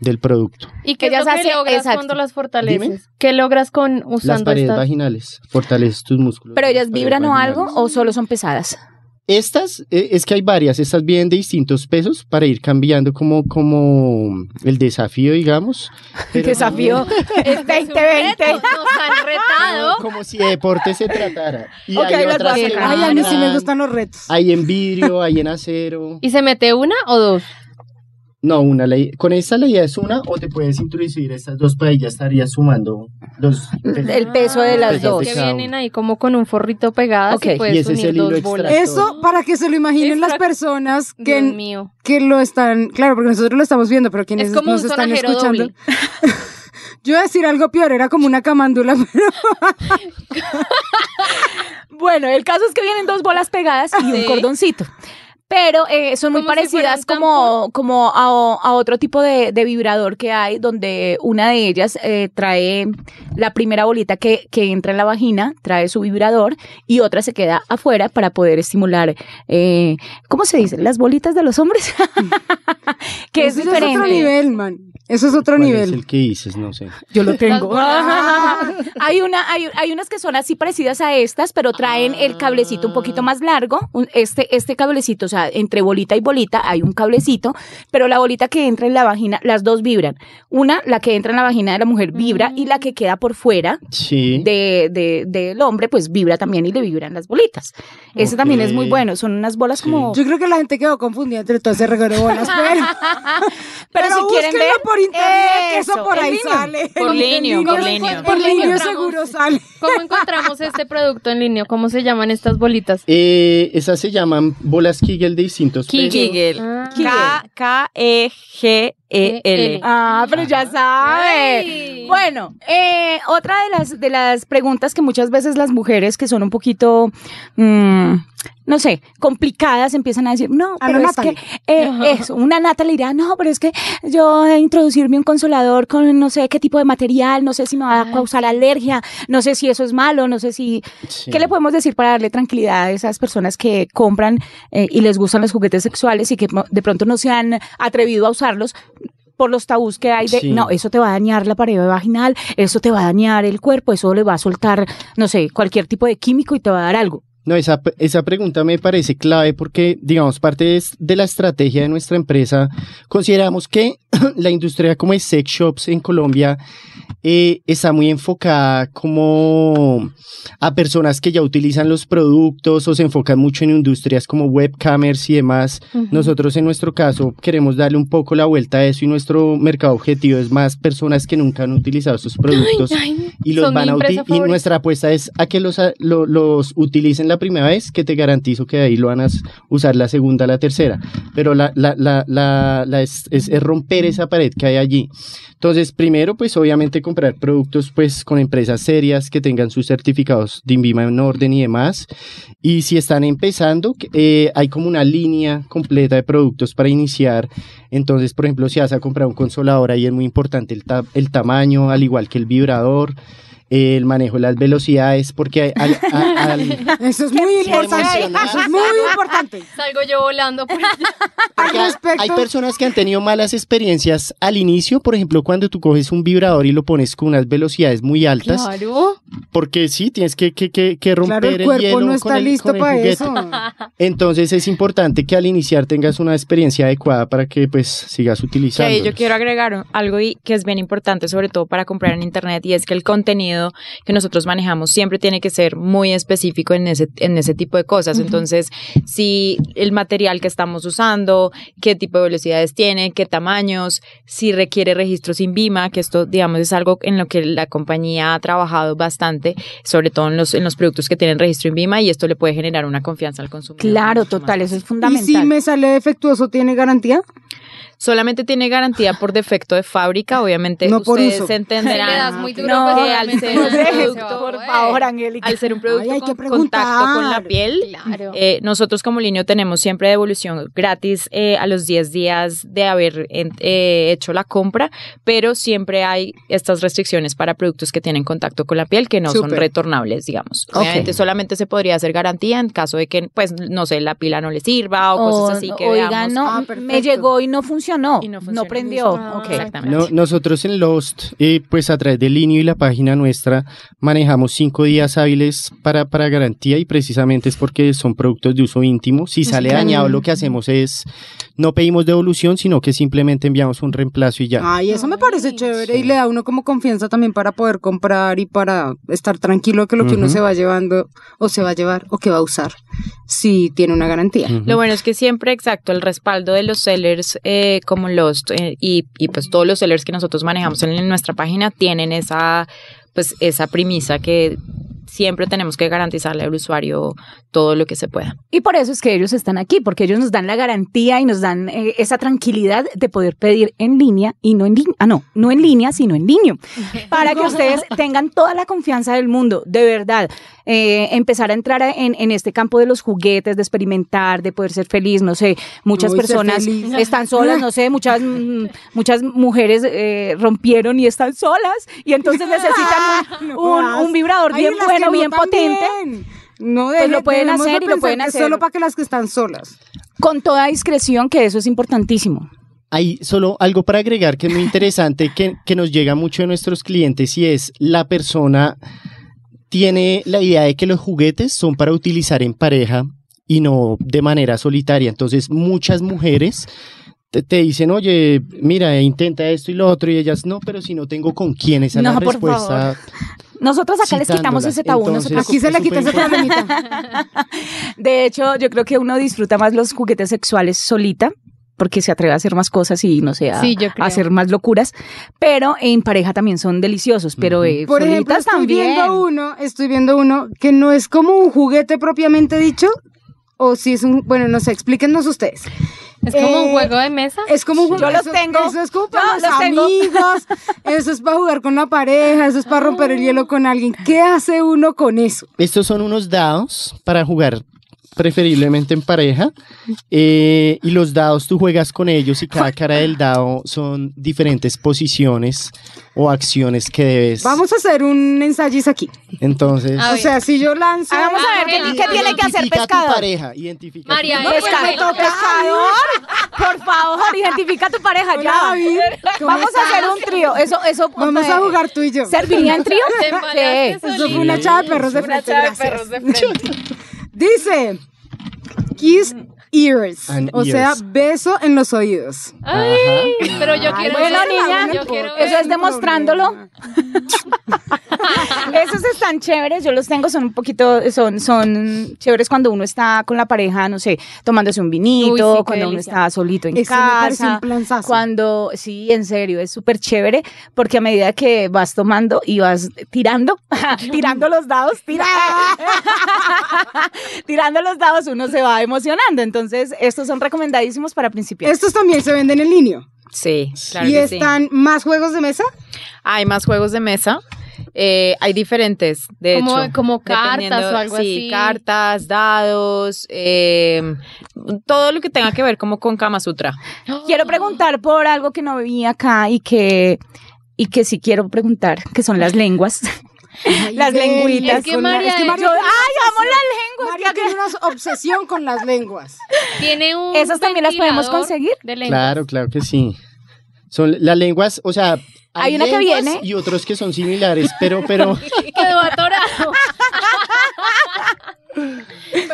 S7: del producto.
S4: ¿Y qué es
S8: Ellas
S4: lo que
S8: hacen-
S4: logras
S8: exacto.
S4: cuando las fortaleces?
S7: Dime.
S4: ¿Qué logras con
S7: Las
S4: usando
S7: paredes
S4: estas?
S7: vaginales fortaleces tus músculos.
S3: ¿Pero
S7: de las
S3: ellas
S7: paredes
S3: vibran o algo
S7: vaginales.
S3: o solo son pesadas?
S7: Estas, eh, es que hay varias, estas vienen de distintos pesos para ir cambiando como, como el desafío, digamos. Pero
S3: Desafío
S4: Este
S3: es 2020.
S4: Nos han retado.
S7: Como, como si de deporte se tratara. Y
S3: Ok,
S7: hay
S3: las
S7: otras que
S3: bajas.
S5: Ay, a mí sí me
S7: vibran,
S5: gustan los retos.
S7: Hay en vidrio, hay en acero.
S4: ¿Y se mete una o dos?
S7: No, una ley. Con esta la idea es una, o te puedes introducir estas dos para y ya estarías sumando dos.
S3: El peso de las
S4: esas
S7: dos.
S4: Que vienen ahí como con un forrito pegadas
S3: Ok.
S4: y puedes
S7: Y ese es
S4: unir
S7: el
S4: dos
S7: hilo
S4: bolas.
S7: extra.
S5: Eso para que se lo
S4: Es
S5: imaginen las
S4: pra-
S5: personas
S4: Dios
S5: que,
S4: mío.
S5: que lo están, claro, porque nosotros lo estamos viendo, pero quienes
S4: Es como
S5: nos
S4: un
S5: están
S4: sonajero
S5: escuchando.
S4: doble.
S5: Yo iba a decir algo peor, era como una camándula, pero
S3: Bueno, el caso es que vienen dos bolas pegadas y un
S4: Sí.
S3: cordoncito. Pero eh, son muy
S4: Como si
S3: parecidas
S4: fueran
S3: como, como a, a otro tipo de, de vibrador que hay, donde una de ellas eh, trae la primera bolita que, que entra en la vagina, trae su vibrador y otra se queda afuera para poder estimular, eh, ¿cómo se dice? Las bolitas de los hombres, que es
S5: eso ya es otro
S3: diferente.
S5: nivel, man. Eso es otro
S7: ¿Cuál
S5: nivel.
S7: Es el que dices, no sé.
S3: Yo lo
S4: tengo.
S3: Ah, hay, una, hay, hay unas que son así parecidas a estas, pero traen el cablecito un poquito más largo. un- Este, este cablecito, o sea, entre bolita y bolita hay un cablecito, pero la bolita que entra en la vagina, las dos vibran. Una, la que entra en la vagina de la mujer vibra y la que queda por fuera
S7: Sí.
S3: de, de- del hombre, pues vibra también y le vibran las bolitas. Ese también es muy
S7: Ok.
S3: bueno. Son unas bolas
S7: Sí.
S3: como...
S5: Yo creo que la gente quedó confundida entre todo ese reguero de bolas, pero,
S3: pero, si quieren
S5: búsquenlo
S3: ver...
S5: por internet, que
S3: Eso,
S5: eso por
S3: en
S5: ahí
S3: línea.
S5: sale.
S6: Por
S5: En
S6: línea,
S5: línea,
S6: por
S5: en
S6: línea.
S5: Por
S4: Por
S5: línea
S4: línea.
S5: seguro sale.
S4: ¿Cómo encontramos este producto en línea? ¿Cómo se llaman estas bolitas?
S7: Eh, esas se llaman bolas Kegel de distintos
S4: Kegel.
S7: pesos.
S6: Kegel.
S4: Ah.
S6: K-E-G-E-L.
S3: Ah, pero ya sabe.
S4: Ay.
S3: Bueno, eh, otra de las, de las preguntas que muchas veces las mujeres que son un poquito, mm, no sé, complicadas empiezan a decir, no,
S5: A
S3: pero
S5: lo
S3: es que
S5: Natalie.
S3: eh, eso, una nata le dirá, no, pero es que yo eh, introducirme un consolador con no sé qué tipo de material, no sé si me va a causar alergia, no sé si eso es malo, no sé si...
S7: Sí.
S3: ¿Qué le podemos decir para darle tranquilidad a esas personas que compran eh, y les gustan los juguetes sexuales y que mo- de pronto no se han atrevido a usarlos? por los tabús que hay de,
S7: Sí.
S3: no, eso te va a dañar la pared vaginal, eso te va a dañar el cuerpo, eso le va a soltar, no sé, cualquier tipo de químico y te va a dar algo.
S7: No, esa, esa pregunta me parece clave porque, digamos, parte es de la estrategia de nuestra empresa, consideramos que la industria como de sex shops en Colombia eh, está muy enfocada como a personas que ya utilizan los productos o se enfocan mucho en industrias como webcamers y demás. Nosotros en nuestro caso queremos darle un poco la vuelta a eso y nuestro mercado objetivo es más personas que nunca han utilizado estos productos y los
S4: Son
S7: van
S4: mi
S7: a uti-
S4: empresa
S7: y
S4: favorita.
S7: nuestra apuesta es a que los, a- lo- los utilicen la primera vez, que te garantizo que de ahí lo van a s- usar la segunda, la tercera. Pero la, la, la, la, la es, es- es romper esa pared que hay allí. Entonces, primero, pues obviamente comprar productos pues con empresas serias que tengan sus certificados de INVIMA en orden y demás. Y si están empezando, que- eh, hay como una línea completa de productos para iniciar. Entonces, por ejemplo, si vas a comprar un consolador, ahí es muy importante el, ta- el tamaño, al igual que el vibrador, eh, el manejo de las velocidades, porque hay- al- a- al-
S5: Eso es muy importante.
S7: emocionada.
S5: Eso es muy importante.
S4: Salgo yo volando por allá.
S7: porque
S5: Al
S7: hay-
S5: respecto-
S7: hay personas que han tenido malas experiencias al inicio, por ejemplo, cuando tú coges un vibrador y lo pones con unas velocidades muy altas,
S4: Claro.
S7: porque sí, tienes que, que, que, que romper
S5: Claro,
S7: el,
S5: el cuerpo
S7: hielo
S5: no
S7: con
S5: está
S7: el-
S5: listo
S7: con el
S5: para
S7: juguete.
S5: eso.
S3: Ah,
S7: Entonces es importante que al iniciar tengas una experiencia adecuada para que pues sigas
S6: Que ahí
S7: utilizando.
S6: yo quiero agregar un- algo y que es bien importante, sobre todo para comprar en internet, y es que el contenido contenido que nosotros manejamos siempre tiene que ser muy específico en ese, en ese tipo de cosas. Entonces, si el material que estamos usando, qué tipo de velocidades tiene, qué tamaños, si requiere registros sin BIMA, que esto, digamos, es algo en lo que la compañía ha trabajado bastante, sobre todo en los, en los productos que tienen registro en BIMA, y esto le puede generar una confianza al consumidor.
S3: Claro,
S6: mucho más.
S3: total, eso es
S5: Y
S3: fundamental.
S5: si me sale defectuoso, ¿tiene garantía?
S6: Solamente tiene garantía por defecto de fábrica, obviamente
S5: No por
S6: ustedes
S5: uso.
S6: entenderán.
S4: le das muy duro,
S6: que
S4: pues,
S6: al
S4: obviamente
S6: ser
S4: no
S6: un
S4: se va a
S6: producto,
S4: poder.
S3: Por favor, Angélica.
S6: al ser un producto
S5: Ay, hay
S6: con
S5: que
S6: contacto con la
S5: preguntar.
S6: piel,
S4: Claro.
S6: eh, nosotros como Linio tenemos siempre devolución gratis eh, a los 10 días de haber en- eh, hecho la compra, pero siempre hay estas restricciones para productos que tienen contacto con la piel que no son
S5: Súper.
S6: retornables, digamos. Obviamente solamente se podría hacer garantía en caso de que, pues, no sé, la pila no le sirva o, cosas así que
S3: oiga,
S6: veamos.
S3: no,
S5: Ah,
S3: me
S5: perfecto.
S3: llegó y no funcionó.
S6: Y no
S3: Oh, no,
S6: funcionó.
S3: prendió.
S4: Ah,
S3: ok.
S6: Exactamente.
S7: No, nosotros en Lost, eh, pues a través del INIO y la página nuestra, manejamos cinco días hábiles para, para garantía y precisamente es porque son productos de uso íntimo. Si sale dañado, lo que hacemos es, no pedimos devolución, sino que simplemente enviamos un reemplazo y
S6: Ah,
S7: ya.
S5: Ay, eso me parece chévere
S7: Sí.
S5: y le da a uno como confianza también para poder comprar y para estar tranquilo que lo que uno
S7: Ujú.
S5: se va llevando o se va a llevar o que va a usar si tiene una garantía.
S7: Ujú.
S6: Lo bueno es que siempre, exacto, el respaldo de los sellers eh, como los eh, y, y, pues todos los sellers que nosotros manejamos en, en nuestra página tienen esa pues esa premisa que siempre tenemos que garantizarle al usuario todo lo que se pueda.
S3: Y por eso es que ellos están aquí, porque ellos nos dan la garantía y nos dan eh, esa tranquilidad de poder pedir en línea y no en línea, ah, no, no en línea, sino en línea, para que ustedes tengan toda la confianza del mundo, de verdad. Eh, empezar a entrar a- en, en este campo de los juguetes, de experimentar, de poder ser feliz, no sé, muchas
S5: Uy, ser
S3: personas
S5: feliz.
S3: están solas, no sé, muchas, mm, muchas mujeres eh, rompieron y están solas y entonces necesitan un, un- un vibrador
S5: Ah, Ay,
S3: bien
S5: las que
S3: bueno,
S5: no
S3: bien
S5: también.
S3: potente.
S5: No
S3: Pues lo
S5: deje-
S3: pueden
S5: debemos de
S3: hacer y lo
S5: pensar
S3: pueden
S5: que es
S3: hacer.
S5: Solo para que las que están solas.
S3: Con toda discreción, que eso es importantísimo.
S7: Hay solo algo para agregar que es muy interesante, que, que nos llega mucho de nuestros clientes y es la persona tiene la idea de que los juguetes son para utilizar en pareja y no de manera solitaria. Entonces muchas mujeres te, te dicen, oye, mira, intenta esto y lo otro y ellas, no, pero si no tengo con quién, esa es
S3: No,
S7: la
S3: por
S7: respuesta.
S3: Nosotros acá les quitamos
S7: citándolas.
S3: ese tabú. no se
S7: Entonces,
S5: Aquí se le
S7: es
S5: quita ese
S7: superimportante.
S5: problemita.
S3: preocupen. De hecho, yo creo que uno disfruta más los juguetes sexuales solita porque se atreve a hacer más cosas y no sé, a,
S4: Sí, yo creo.
S3: a hacer más locuras. Pero en pareja también son deliciosos, pero eh,
S5: Por ejemplo,
S3: solitas
S5: estoy
S3: también.
S5: viendo uno, estoy viendo uno que no es como un juguete propiamente dicho, o si es un, bueno, no sé, explíquenos ustedes.
S4: Es como un
S5: Eh,
S4: juego de mesa.
S5: Es como un juego.
S3: Yo los
S5: eso-
S3: tengo.
S5: Eso es como para
S3: Yo
S5: los,
S3: los tengo.
S5: amigos. Eso es para jugar con la pareja. Eso es para romper el hielo con alguien. ¿Qué hace uno con eso?
S7: Estos son unos dados para jugar preferiblemente en pareja. eh, y los dados tú juegas con ellos y cada cara del dado son diferentes posiciones o acciones que debes.
S5: Vamos a hacer un ensayiz aquí.
S7: Entonces,
S4: A
S5: O
S4: ver.
S5: sea, si yo lanzo. Ah,
S3: Hagamos a ver qué, qué tiene que hacer
S7: identifica a tu
S3: pescador.
S7: pareja, identifica. a tu
S4: María,
S7: pareja.
S3: No,
S4: Pues
S3: pesca-
S4: me toca.
S3: pescador, por favor, identifica a tu pareja
S5: Hola,
S3: ya.
S5: David, ¿cómo
S3: Vamos a hacer un trío. Eso, eso.
S5: Vamos a jugar tú y yo.
S3: ¿Serviría en trío?
S4: Te embalaste
S3: Sí.
S5: Eso
S4: solita.
S5: fue una chava de perros de frente. gracias. Dice: Kiss ears.
S7: And
S5: o sea,
S7: ears.
S5: beso en los oídos.
S4: Ay, pero yo quiero
S3: Bueno,
S4: verla,
S3: niña,
S4: yo quiero
S3: eso es
S4: verla.
S3: demostrándolo. Esos están chéveres, yo los tengo, son un poquito, son, son chéveres cuando uno está con la pareja, no sé, tomándose un vinito,
S4: Uy, sí, qué
S3: cuando uno
S4: delicia.
S3: está solito en
S5: Ese me parece
S3: casa.
S5: un planazo.
S3: cuando, sí, en serio, es súper chévere, porque a medida que vas tomando y vas tirando, tirando los dados, tira- tirando los dados, uno se va emocionando. Entonces, estos son recomendadísimos para principiantes.
S5: Estos también se venden en línea.
S6: Sí, claro
S5: y
S6: que sí.
S5: están más juegos de mesa.
S6: Hay más juegos de mesa. eh, hay diferentes, de
S4: Como-
S6: hecho.
S4: como cartas
S6: dependiendo-
S4: o algo
S6: sí,
S4: así.
S6: cartas, dados, eh, todo lo que tenga que ver como con Kama Sutra.
S3: Quiero preguntar por algo que no vi acá y que y que sí quiero preguntar, que son las lenguas. las
S5: Ay,
S3: lengüitas.
S4: Es que
S5: con la-
S4: María-
S5: es que María
S3: Yo-
S5: tiene una
S3: ¡Ay, amo
S5: obsesión.
S3: las lenguas!
S5: María tiene una obsesión con las lenguas.
S4: Tiene un
S3: ¿Esas también las podemos
S4: ventilador
S3: conseguir?
S4: de lenguas.
S7: Claro, claro que sí. Son las lenguas, o sea,
S3: Hay una que
S7: lenguas
S3: viene.
S7: y otros que son similares, pero pero
S4: Quedó atorado.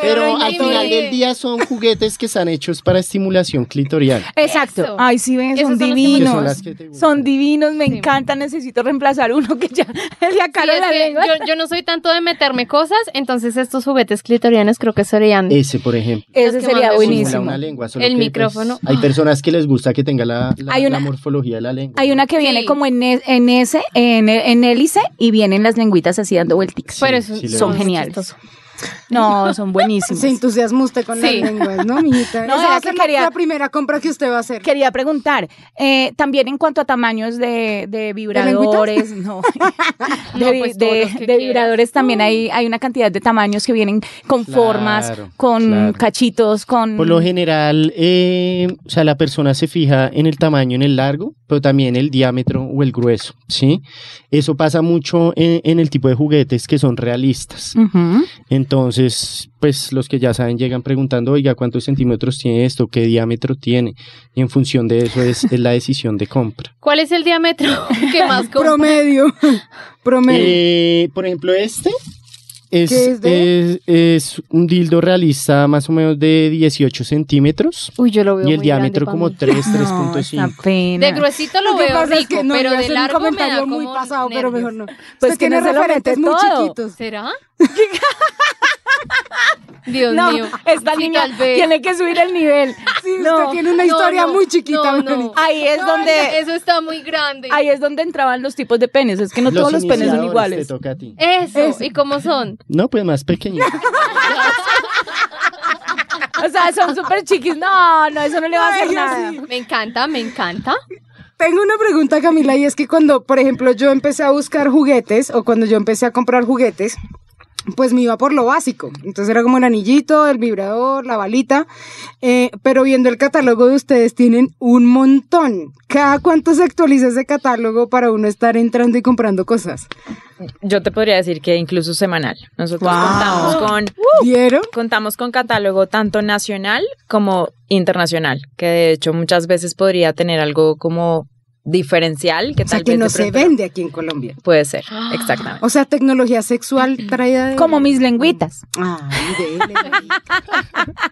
S7: Pero al
S4: increíble.
S7: final del día son juguetes que están hechos para estimulación clitorial.
S3: Exacto.
S4: Eso.
S3: Ay, sí, ven,
S4: Esos
S3: son
S4: son los que
S7: Que
S3: divinos.
S7: son
S3: Son,
S7: las que te gustan.
S3: divinos, me encanta. Necesito reemplazar uno que ya le acaló
S4: Sí, es
S3: la
S4: que
S3: lengua.
S4: yo, yo no soy tanto de meterme cosas, entonces estos juguetes clitorianos creo que serían
S7: Ese, por ejemplo.
S3: Ese
S4: que más
S3: sería
S4: me
S7: simula
S3: buenísimo.
S7: Una lengua, solo
S4: El
S7: que, pues,
S4: micrófono.
S7: hay personas que les gusta que tenga la, la-
S3: Hay
S7: la
S3: una-
S7: morfología de la lengua.
S3: Hay una que viene
S4: Sí.
S3: como en, e- en ese, en, e- en hélice, y vienen las lengüitas así dando vueltas.
S4: Pero es-
S7: sí le
S3: son
S7: veo.
S3: geniales. No, son buenísimos.
S5: Se entusiasma usted con
S4: Sí.
S5: las lenguas, ¿no, mijita?
S3: No,
S5: Esa
S3: era
S5: va a
S3: que
S5: ser la-
S3: quería-
S5: la primera compra que usted va a hacer.
S3: Quería preguntar, eh, también en cuanto a tamaños de, de vibradores, no, de,
S4: No,
S3: de-
S4: pues, todos los que
S3: de
S4: quieras. Mm.
S3: vibradores también hay, hay una cantidad de tamaños que vienen con
S7: Claro,
S3: formas, con
S7: claro.
S3: cachitos, con...
S7: Por lo general, eh, o sea, la persona se fija en el tamaño, en el largo, pero también el diámetro o el grueso, ¿sí? Eso pasa mucho en, en el tipo de juguetes que son realistas.
S3: Ujú.
S7: Entonces, pues los que ya saben llegan preguntando, oiga, ¿cuántos centímetros tiene esto? ¿Qué diámetro tiene? Y en función de eso es, es la decisión de compra.
S4: ¿Cuál es el diámetro que más compras?
S5: Promedio. Promedio.
S7: Eh, por ejemplo, este es,
S5: ¿Qué es de?
S7: es- es un dildo realista más o menos de 18 centímetros
S4: Uy, yo lo veo
S7: y el
S4: muy grande
S7: diámetro
S4: pa'
S7: como
S4: mí.
S7: 3,
S3: No, esta
S7: 3.5.
S3: pena.
S4: De gruesito lo,
S5: Lo que
S4: veo
S5: pasa
S4: rico,
S5: es que no,
S4: pero
S5: iba a
S4: de
S5: hacer un
S4: largo me da
S5: comentario
S4: como
S5: muy pasado, pero mejor
S4: nervios.
S5: no.
S3: Pues
S5: Usted
S3: que
S5: tiene
S3: no se lo
S5: referentes
S3: mete
S5: muy
S3: todo.
S5: chiquitos.
S4: ¿Será? Dios
S3: No,
S4: mío.
S3: esta
S4: Sí,
S3: niña
S4: tal vez.
S3: tiene que subir el nivel.
S5: Sí, usted
S3: No,
S5: tiene una
S4: no,
S5: historia
S4: no,
S5: muy chiquita,
S4: no, no.
S5: Moni.
S3: Ahí es donde...
S4: Eso está muy grande.
S3: Ahí es donde entraban los tipos de penes, es que no todos los penes son
S7: iniciadores,
S3: iguales.
S7: te toca a ti.
S4: Eso. ¿Y cómo son?
S7: No, pues más pequeño.
S3: O sea, son súper chiquis. No, no, eso no le va a hacer
S5: Ay,
S3: nada.
S5: así.
S4: Me encanta, me encanta.
S5: Tengo una pregunta, Camila, y es que cuando, por ejemplo, yo empecé a buscar juguetes o cuando yo empecé a comprar juguetes, pues me iba por lo básico. Entonces era como el anillito, el vibrador, la balita. eh, pero viendo el catálogo de ustedes, tienen un montón. ¿Cada cuánto se actualiza ese catálogo para uno estar entrando y comprando cosas?
S6: Yo te podría decir que incluso semanal. Nosotros contamos con
S5: Uh. ¿Vieron?
S6: contamos con catálogo tanto nacional como internacional, que de hecho muchas veces podría tener algo como diferencial que
S5: O sea,
S6: tal
S5: que
S6: vez
S5: no
S6: de
S5: se
S6: pronto
S5: vende aquí en Colombia.
S6: Puede ser, exactamente.
S5: O sea, tecnología sexual traída de...
S3: Mm. Como mis lengüitas.
S5: Ay, dele, marica.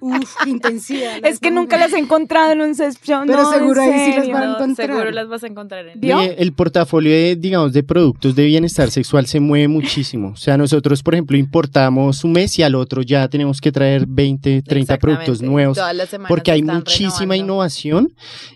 S5: Uf, qué intensidad. la de
S3: Es que
S5: esa
S3: nunca
S5: mujer.
S3: las he encontrado en un sex shop.
S5: Pero
S3: no,
S5: seguro
S3: en
S5: ahí sí las
S3: serio.
S5: van a encontrar.
S6: seguro las vas a encontrar en
S3: ¿Vio?
S7: Eh, el portafolio de, digamos, de productos de bienestar sexual se mueve muchísimo. O sea, nosotros, por ejemplo, importamos un mes y al otro ya tenemos que traer 20, 30 productos
S6: Exactamente.
S7: nuevos.
S6: Todas las semanas
S7: Porque hay
S6: están
S7: muchísima
S6: renovando.
S7: innovación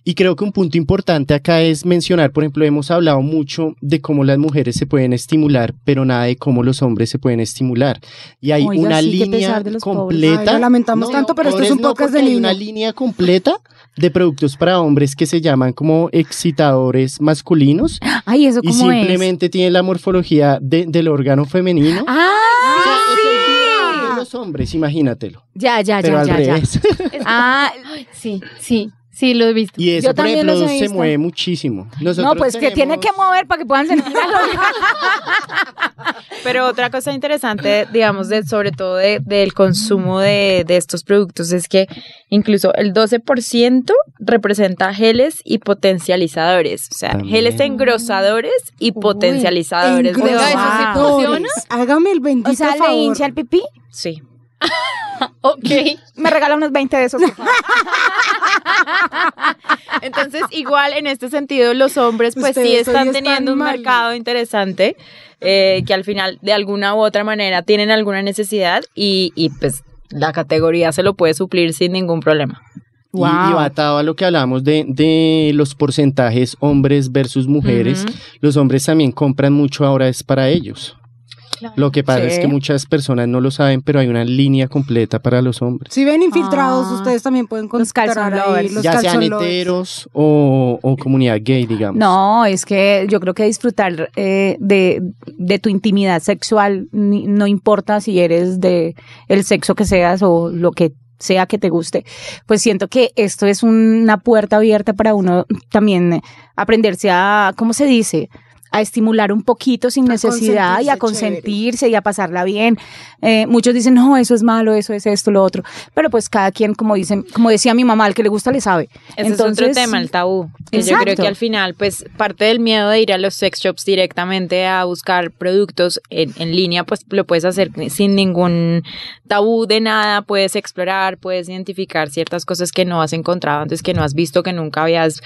S7: y creo que un punto importante acá es mencionar, por ejemplo, hemos hablado mucho de cómo las mujeres se pueden estimular, pero nada de cómo los hombres se pueden estimular. Y hay
S3: Oiga,
S7: una
S3: sí, qué
S7: línea
S3: pesar de los pobres.
S7: completa.
S5: Ay, lo lamentamos tanto, pero esto es
S7: pobres
S5: un podcast
S7: porque
S5: de
S7: hay una
S5: niños.
S7: línea completa de productos para hombres que se llaman como excitadores masculinos
S3: Ay, eso
S7: y
S3: cómo es.
S7: simplemente tiene la morfología de- del órgano femenino.
S3: Ah,
S7: O sea, es el vibrador de los hombres, imagínatelo.
S3: ya, ya,
S7: Pero
S3: ya,
S7: al
S3: ya, ya.
S7: revés.
S3: Ah,
S4: Sí, sí, sí, lo he visto.
S7: Y eso,
S3: Yo
S7: por
S3: también
S7: ejemplo,
S3: los he
S7: se
S3: visto.
S7: mueve muchísimo.
S3: no,
S7: Nosotros
S3: pues que tiene que
S7: tenemos-
S3: mover para que puedan sentir algo.
S6: Pero otra cosa interesante, digamos, de- sobre todo de- del consumo de, de estos productos es que incluso el 12% representa geles y potencializadores. O sea,
S7: También.
S6: geles engrosadores y potencializadores. de
S4: Engrosadores.
S6: hoja.
S4: Oiga, ¿eso sí funciona?
S5: Hágame el bendito
S3: O sea, le
S5: favor.
S3: hincha el pipí.
S6: Sí.
S4: Ok.
S3: Me regala unos 20 de esos. por favor.
S6: Entonces, igual en este sentido, los hombres pues sí
S5: Ustedes
S6: están
S5: hoy están
S6: teniendo un
S5: mal.
S6: mercado interesante eh, que al final de alguna u otra manera tienen alguna necesidad y, y, pues la categoría se lo puede suplir sin ningún problema.
S7: Y, y va atado a lo que hablamos de, de los porcentajes hombres versus mujeres.
S6: Ujú.
S7: Los hombres también compran mucho ahora es para ellos. Lo que pasa es
S6: Sí.
S7: que muchas personas no lo saben, pero hay una línea completa para los hombres.
S5: Si ven infiltrados,
S3: Ah.
S5: ustedes también pueden
S3: Los
S5: encontrar
S3: calzon
S5: ahí
S3: lovers.
S5: los
S7: ya sean
S5: calzon lovers.
S7: heteros o, o comunidad gay, digamos.
S3: No, es que yo creo que disfrutar eh, de, de tu intimidad sexual ni- no importa si eres de el sexo que seas o lo que sea que te guste, pues siento que esto es una puerta abierta para uno también eh, aprenderse a, ¿cómo se dice? a estimular un poquito sin
S5: A
S3: necesidad y a
S5: consentirse,
S3: consentirse y a pasarla bien. Eh, muchos dicen, no, eso es malo, eso es esto, lo otro. Pero pues cada quien, como dicen, como decía mi mamá, al que le gusta le sabe.
S6: Ese es otro tema, el tabú. que Yo creo
S3: Exacto.
S6: que al final, pues, parte del miedo de ir a los sex shops directamente a buscar productos en, en línea, pues lo puedes hacer sin ningún tabú de nada, puedes explorar, puedes identificar ciertas cosas que no has encontrado antes, que no has visto, que nunca habías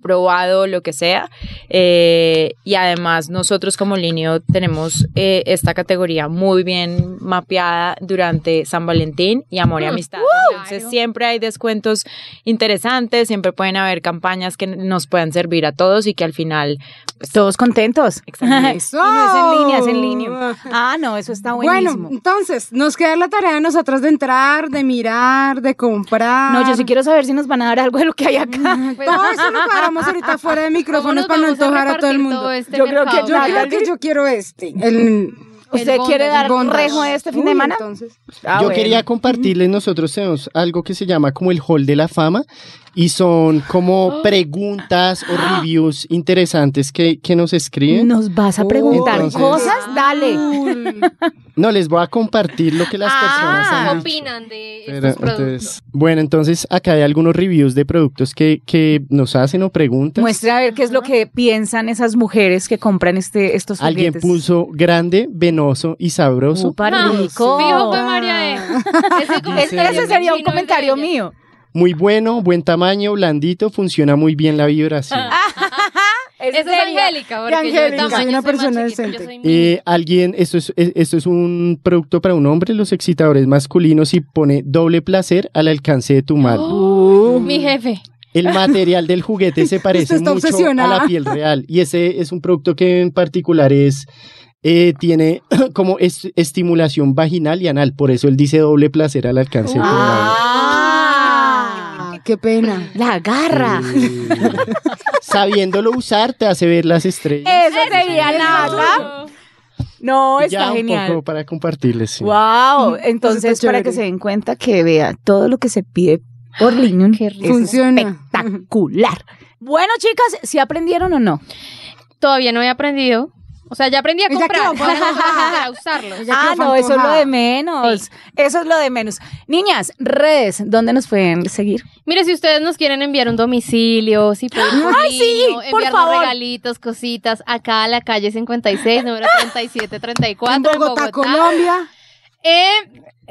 S6: probado, lo que sea. Eh, y además nosotros como Linio tenemos eh, esta categoría muy bien mapeada durante San Valentín y Amor y Amistad. Entonces
S4: Claro.
S6: siempre hay descuentos interesantes, siempre pueden haber campañas que nos puedan servir a todos y que al final
S3: Todos contentos.
S5: Eso.
S3: Y pues, no es en línea, es en línea. Ah, no, eso está buenísimo.
S5: Bueno, mm, entonces, nos queda la tarea de nosotras de entrar, de mirar, de comprar.
S3: no, yo sí quiero saber si nos van a dar algo de lo que hay acá.
S4: Pues,
S5: Todo eso lo paramos ahorita fuera de
S4: ¿cómo
S5: micrófonos
S4: nos
S5: para no
S4: vamos a
S5: antojar a todo el
S4: repartir
S5: mundo.
S4: todo este
S3: Yo creo que
S5: Yo
S4: mercado?
S5: creo que yo quiero este. El,
S3: ¿Usted
S4: bondage,
S3: quiere
S4: el
S3: dar un
S5: bondage.
S3: rejo este fin
S5: Uy,
S3: de semana?
S5: Entonces.
S6: Ah,
S7: Yo
S6: bueno.
S7: quería compartirles, nosotros tenemos algo que se llama como el Hall de la Fama y son como preguntas o reviews interesantes que, que nos escriben. No.
S3: ¿Nos vas a preguntar
S7: Entonces-
S3: cosas? Dale.
S7: les voy a compartir lo que las personas
S4: Ah,
S7: han dicho.
S4: opinan de
S7: Pero,
S4: estos productos?
S7: entonces, bueno, entonces acá hay algunos reviews de productos que, que nos hacen o preguntas.
S3: Muestra a ver qué es lo que piensan esas mujeres que compran este, estos
S7: Alguien
S3: juguetes.
S7: puso grande, venoso y sabroso.
S3: Upa,
S4: No,
S3: rico.
S4: fijo fue María E. Ese,
S3: Es-
S4: comentario
S3: ese sería un
S4: cochino es de
S3: comentario
S4: ella.
S3: mío.
S7: Muy bueno, buen tamaño, blandito, funciona muy bien la vibración.
S3: Ese
S4: Esa es
S3: sería-
S4: Angélica, porque
S5: Angélica,
S4: yo de
S5: soy
S4: tamaño soy
S5: una
S4: más
S5: persona
S4: chiquita, yo
S5: decente.
S4: soy mini.
S7: Eh, alguien, esto es, eh, esto es un producto para un hombre, los excitadores masculinos y pone doble placer al alcance de tu mano.
S4: Mi jefe.
S7: El material del juguete se parece
S5: está
S7: mucho
S5: obsesionada.
S7: a la piel real y ese es un producto que en particular es eh, tiene como es- estimulación vaginal y anal, por eso él dice doble placer al alcance de tu mano.
S5: Ah, qué pena.
S3: La garra.
S7: Eh, sabiéndolo usar te hace ver las estrellas.
S3: Esa sería la garra. No,
S7: ya
S3: está
S7: un
S3: genial.
S7: poco para compartirles. sí.
S3: Wow.
S5: Eso
S3: Entonces,
S5: está
S3: para
S5: chévere.
S3: que se den cuenta que vea todo lo que se pide por Linium es
S5: Funciona.
S3: espectacular. Bueno, chicas, ¿si aprendieron o no?
S4: Todavía no he aprendido. O sea, ya aprendí a
S5: Ella
S4: comprar,
S5: quedó
S4: ahora no aprendí a usarlo.
S5: Ella
S3: Ah,
S5: quedó
S3: no, eso es lo
S5: antojada.
S3: de menos. Eso es lo de menos. Niñas, redes, ¿dónde nos pueden seguir?
S4: Mire, si ustedes nos quieren enviar un domicilio, si pueden
S3: ¡Ay, sí!
S4: enviarnos
S3: ¡Por favor!
S4: regalitos, cositas, acá a la calle 56, número 3734
S5: En Bogotá, Colombia.
S4: Eh,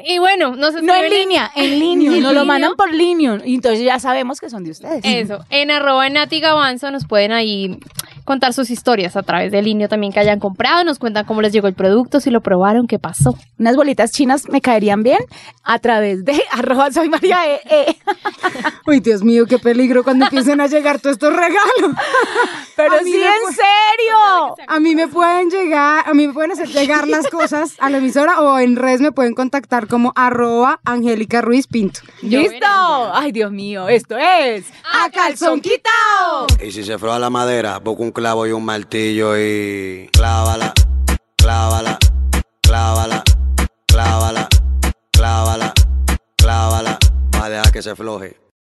S4: y bueno, nos
S3: No en
S4: escriben
S3: línea, en línea.
S4: ¿En
S3: Nos lo
S4: línea?
S3: mandan por línea. Y entonces ya sabemos que son de ustedes.
S4: Eso, en arroba Nati Gavanzo nos pueden ahí contar sus historias a través del línea también que hayan comprado, nos cuentan cómo les llegó el producto, si lo probaron, qué pasó.
S3: Unas bolitas chinas me caerían bien a través de arroba soy María E. E.
S5: Uy, Dios mío, qué peligro cuando empiecen a llegar todos estos regalos.
S3: Pero
S5: A mí
S3: sí,
S5: me
S3: en
S5: fue-
S3: serio.
S5: A mí me pueden llegar, a mí me pueden hacer llegar las cosas a la emisora o en redes me pueden contactar como arroba Angélica Ruiz Pinto.
S4: Yo
S3: ¡Listo! Ay, Dios mío, esto es.
S5: ¡A calzón quitao!
S2: Y si se floja la madera, busca un clavo y un martillo y clávala, clávala, clávala, clávala, clávala, clávala. Va a dejar que se floje.